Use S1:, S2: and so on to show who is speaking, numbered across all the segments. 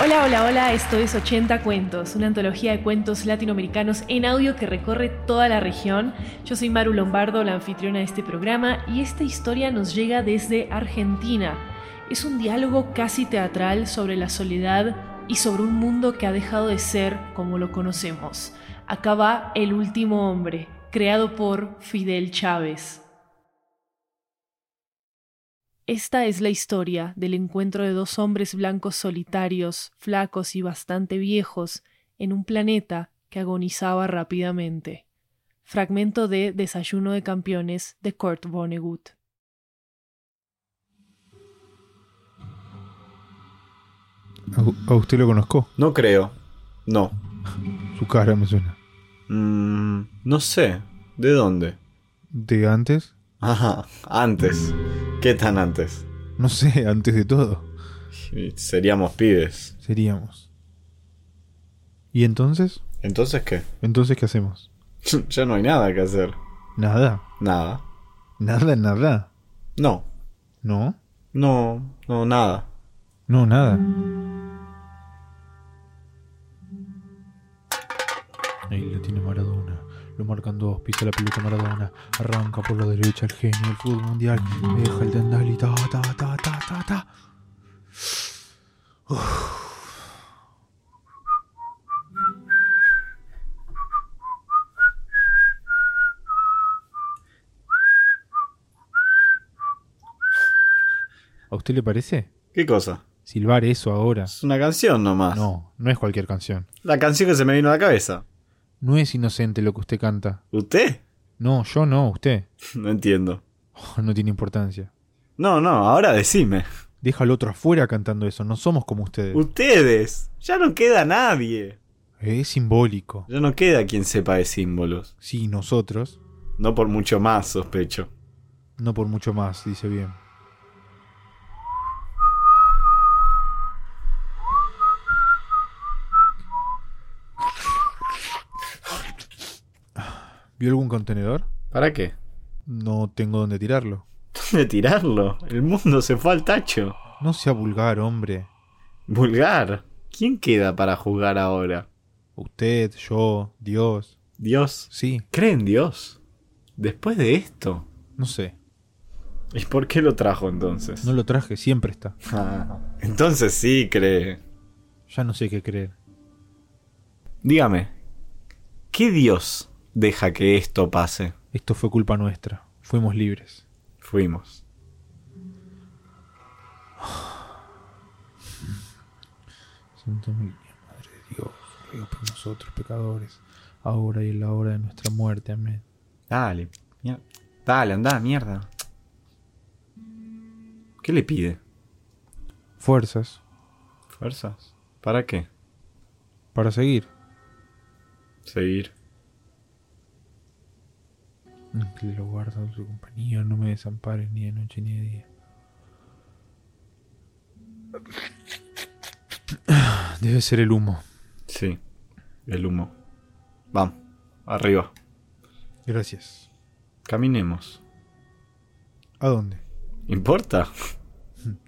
S1: Hola, hola, hola, esto es 80 Cuentos, una antología de cuentos latinoamericanos en audio que recorre toda la región. Yo soy Maru Lombardo, la anfitriona de este programa, y esta historia nos llega desde Argentina. Es un diálogo casi teatral sobre la soledad y sobre un mundo que ha dejado de ser como lo conocemos. Acá va El último hombre, creado por Fidel Chávez. Esta es la historia del encuentro de dos hombres blancos solitarios, flacos y bastante viejos, en un planeta que agonizaba rápidamente. Fragmento de Desayuno de Campeones de Kurt Vonnegut.
S2: ¿A, a usted lo conozco?
S3: No creo. No.
S2: Su cara me suena.
S3: Mm, no sé. ¿De dónde?
S2: ¿De antes?
S3: Ajá, antes. ¿Qué tan antes?
S2: No sé, antes de todo.
S3: Seríamos pibes.
S2: Seríamos. ¿Y entonces?
S3: ¿Entonces qué?
S2: ¿Entonces qué hacemos?
S3: ya no hay nada que hacer.
S2: Nada.
S3: Nada.
S2: Nada, nada.
S3: No.
S2: ¿No?
S3: No, no, nada.
S2: No, nada. Ahí lo tiene Maradona. Lo marcan dos, pisa la pelota Maradona. Arranca por la derecha el genio del fútbol mundial. Me deja el tendal y ta, ta, ta, ta, ta, ta. ¿A usted le parece?
S3: ¿Qué cosa?
S2: Silbar eso ahora.
S3: Es una canción nomás.
S2: No, no es cualquier canción.
S3: La canción que se me vino a la cabeza.
S2: No es inocente lo que usted canta.
S3: ¿Usted?
S2: No, yo no, usted.
S3: No entiendo.
S2: Oh, no tiene importancia.
S3: No, no, ahora decime.
S2: Deja al otro afuera cantando eso, no somos como ustedes.
S3: Ustedes. Ya no queda nadie.
S2: Es simbólico.
S3: Ya no queda quien sepa de símbolos.
S2: Sí, nosotros.
S3: No por mucho más, sospecho.
S2: No por mucho más, dice bien. ¿Vio algún contenedor?
S3: ¿Para qué?
S2: No tengo dónde tirarlo.
S3: ¿Dónde tirarlo? El mundo se fue al tacho.
S2: No sea vulgar, hombre.
S3: Vulgar. ¿Quién queda para jugar ahora?
S2: Usted, yo, Dios.
S3: Dios.
S2: Sí,
S3: ¿Cree en Dios? Después de esto.
S2: no sé.
S3: ¿Y por qué lo trajo entonces?
S2: No lo traje, siempre está.
S3: Ah, entonces sí cree.
S2: Ya no sé qué creer.
S3: Dígame, ¿qué Dios deja que esto pase?
S2: Esto fue culpa nuestra. Fuimos libres.
S3: Fuimos.
S2: Santo mi- Madre de Dios, ruega por nosotros pecadores, ahora y en la hora de nuestra muerte. Amén.
S3: Dale, mier- dale, anda, mierda. ¿Qué le pide?
S2: Fuerzas
S3: Fuerzas. ¿Para qué?
S2: para seguir.
S3: Seguir.
S2: Que lo guarda en su compañía, no me desampares ni de noche ni de día. Debe ser el humo.
S3: Sí. El humo. Vamos, arriba.
S2: Gracias.
S3: Caminemos.
S2: ¿A dónde?
S3: ¿Importa?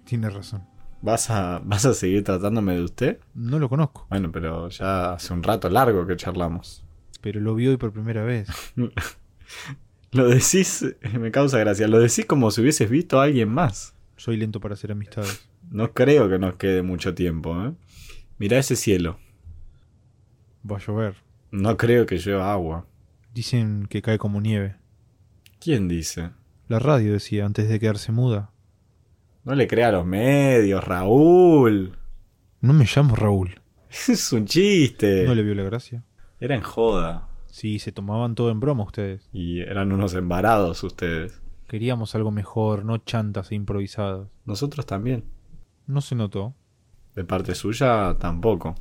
S2: Tiene razón.
S3: ¿Vas a, ¿Vas a seguir tratándome de usted?
S2: No lo conozco,
S3: Bueno, pero ya hace un rato largo que charlamos.
S2: pero lo vi hoy por primera vez.
S3: Lo decís, me causa gracia, lo decís como si hubieses visto a alguien más.
S2: Soy lento para hacer amistades.
S3: No creo que nos quede mucho tiempo, ¿eh? Mirá ese cielo.
S2: Va a llover.
S3: No creo que lleva agua.
S2: Dicen que cae como nieve.
S3: ¿Quién dice?
S2: La radio decía antes de quedarse muda.
S3: No le crea a los medios, Raúl.
S2: No me llamo Raúl.
S3: Es un chiste.
S2: No le vio la gracia.
S3: Era en joda.
S2: Sí, se tomaban todo en broma ustedes.
S3: Y eran unos embarados ustedes.
S2: Queríamos algo mejor, no chantas e improvisadas.
S3: Nosotros también.
S2: No se notó.
S3: De parte suya, tampoco.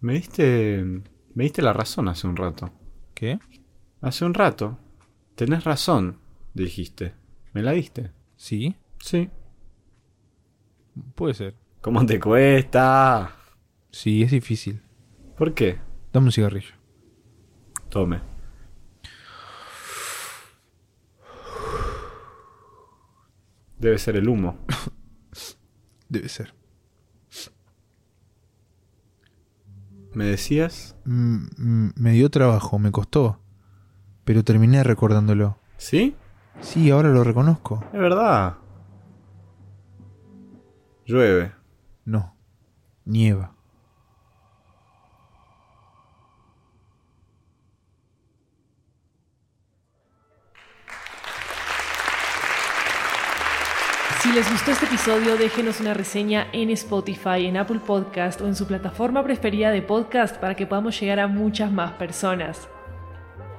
S3: Me diste. Me diste la razón hace un rato.
S2: ¿Qué?
S3: Hace un rato. Tenés razón, dijiste. ¿Me la diste?
S2: ¿Sí?
S3: Sí.
S2: Puede ser.
S3: ¿Cómo te cuesta?
S2: Sí, es difícil.
S3: ¿Por qué?
S2: Dame un cigarrillo.
S3: Tome. Debe ser el humo.
S2: Debe ser.
S3: ¿Me decías?
S2: Mm, mm, me dio trabajo, me costó. Pero terminé recordándolo.
S3: ¿Sí?
S2: Sí, ahora lo reconozco.
S3: Es verdad. Llueve.
S2: No. Nieva.
S1: Si les gustó este episodio, déjenos una reseña en Spotify, en Apple Podcast o en su plataforma preferida de podcast para que podamos llegar a muchas más personas.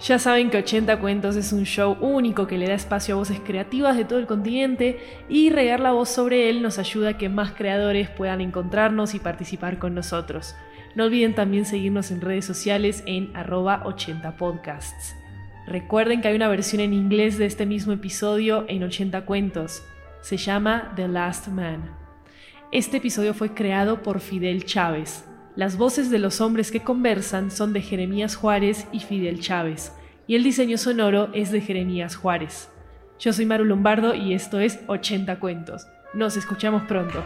S1: Ya saben que 80 Cuentos es un show único que le da espacio a voces creativas de todo el continente y regar la voz sobre él nos ayuda a que más creadores puedan encontrarnos y participar con nosotros. No olviden también seguirnos en redes sociales en arroba 80podcasts. Recuerden que hay una versión en inglés de este mismo episodio en 80 Cuentos. Se llama The Last Man. Este episodio fue creado por Fidel Chávez. Las voces de los hombres que conversan son de Jeremías Juárez y Fidel Chávez, y el diseño sonoro es de Jeremías Juárez. Yo soy Maru Lombardo y esto es 80 Cuentos. Nos escuchamos pronto.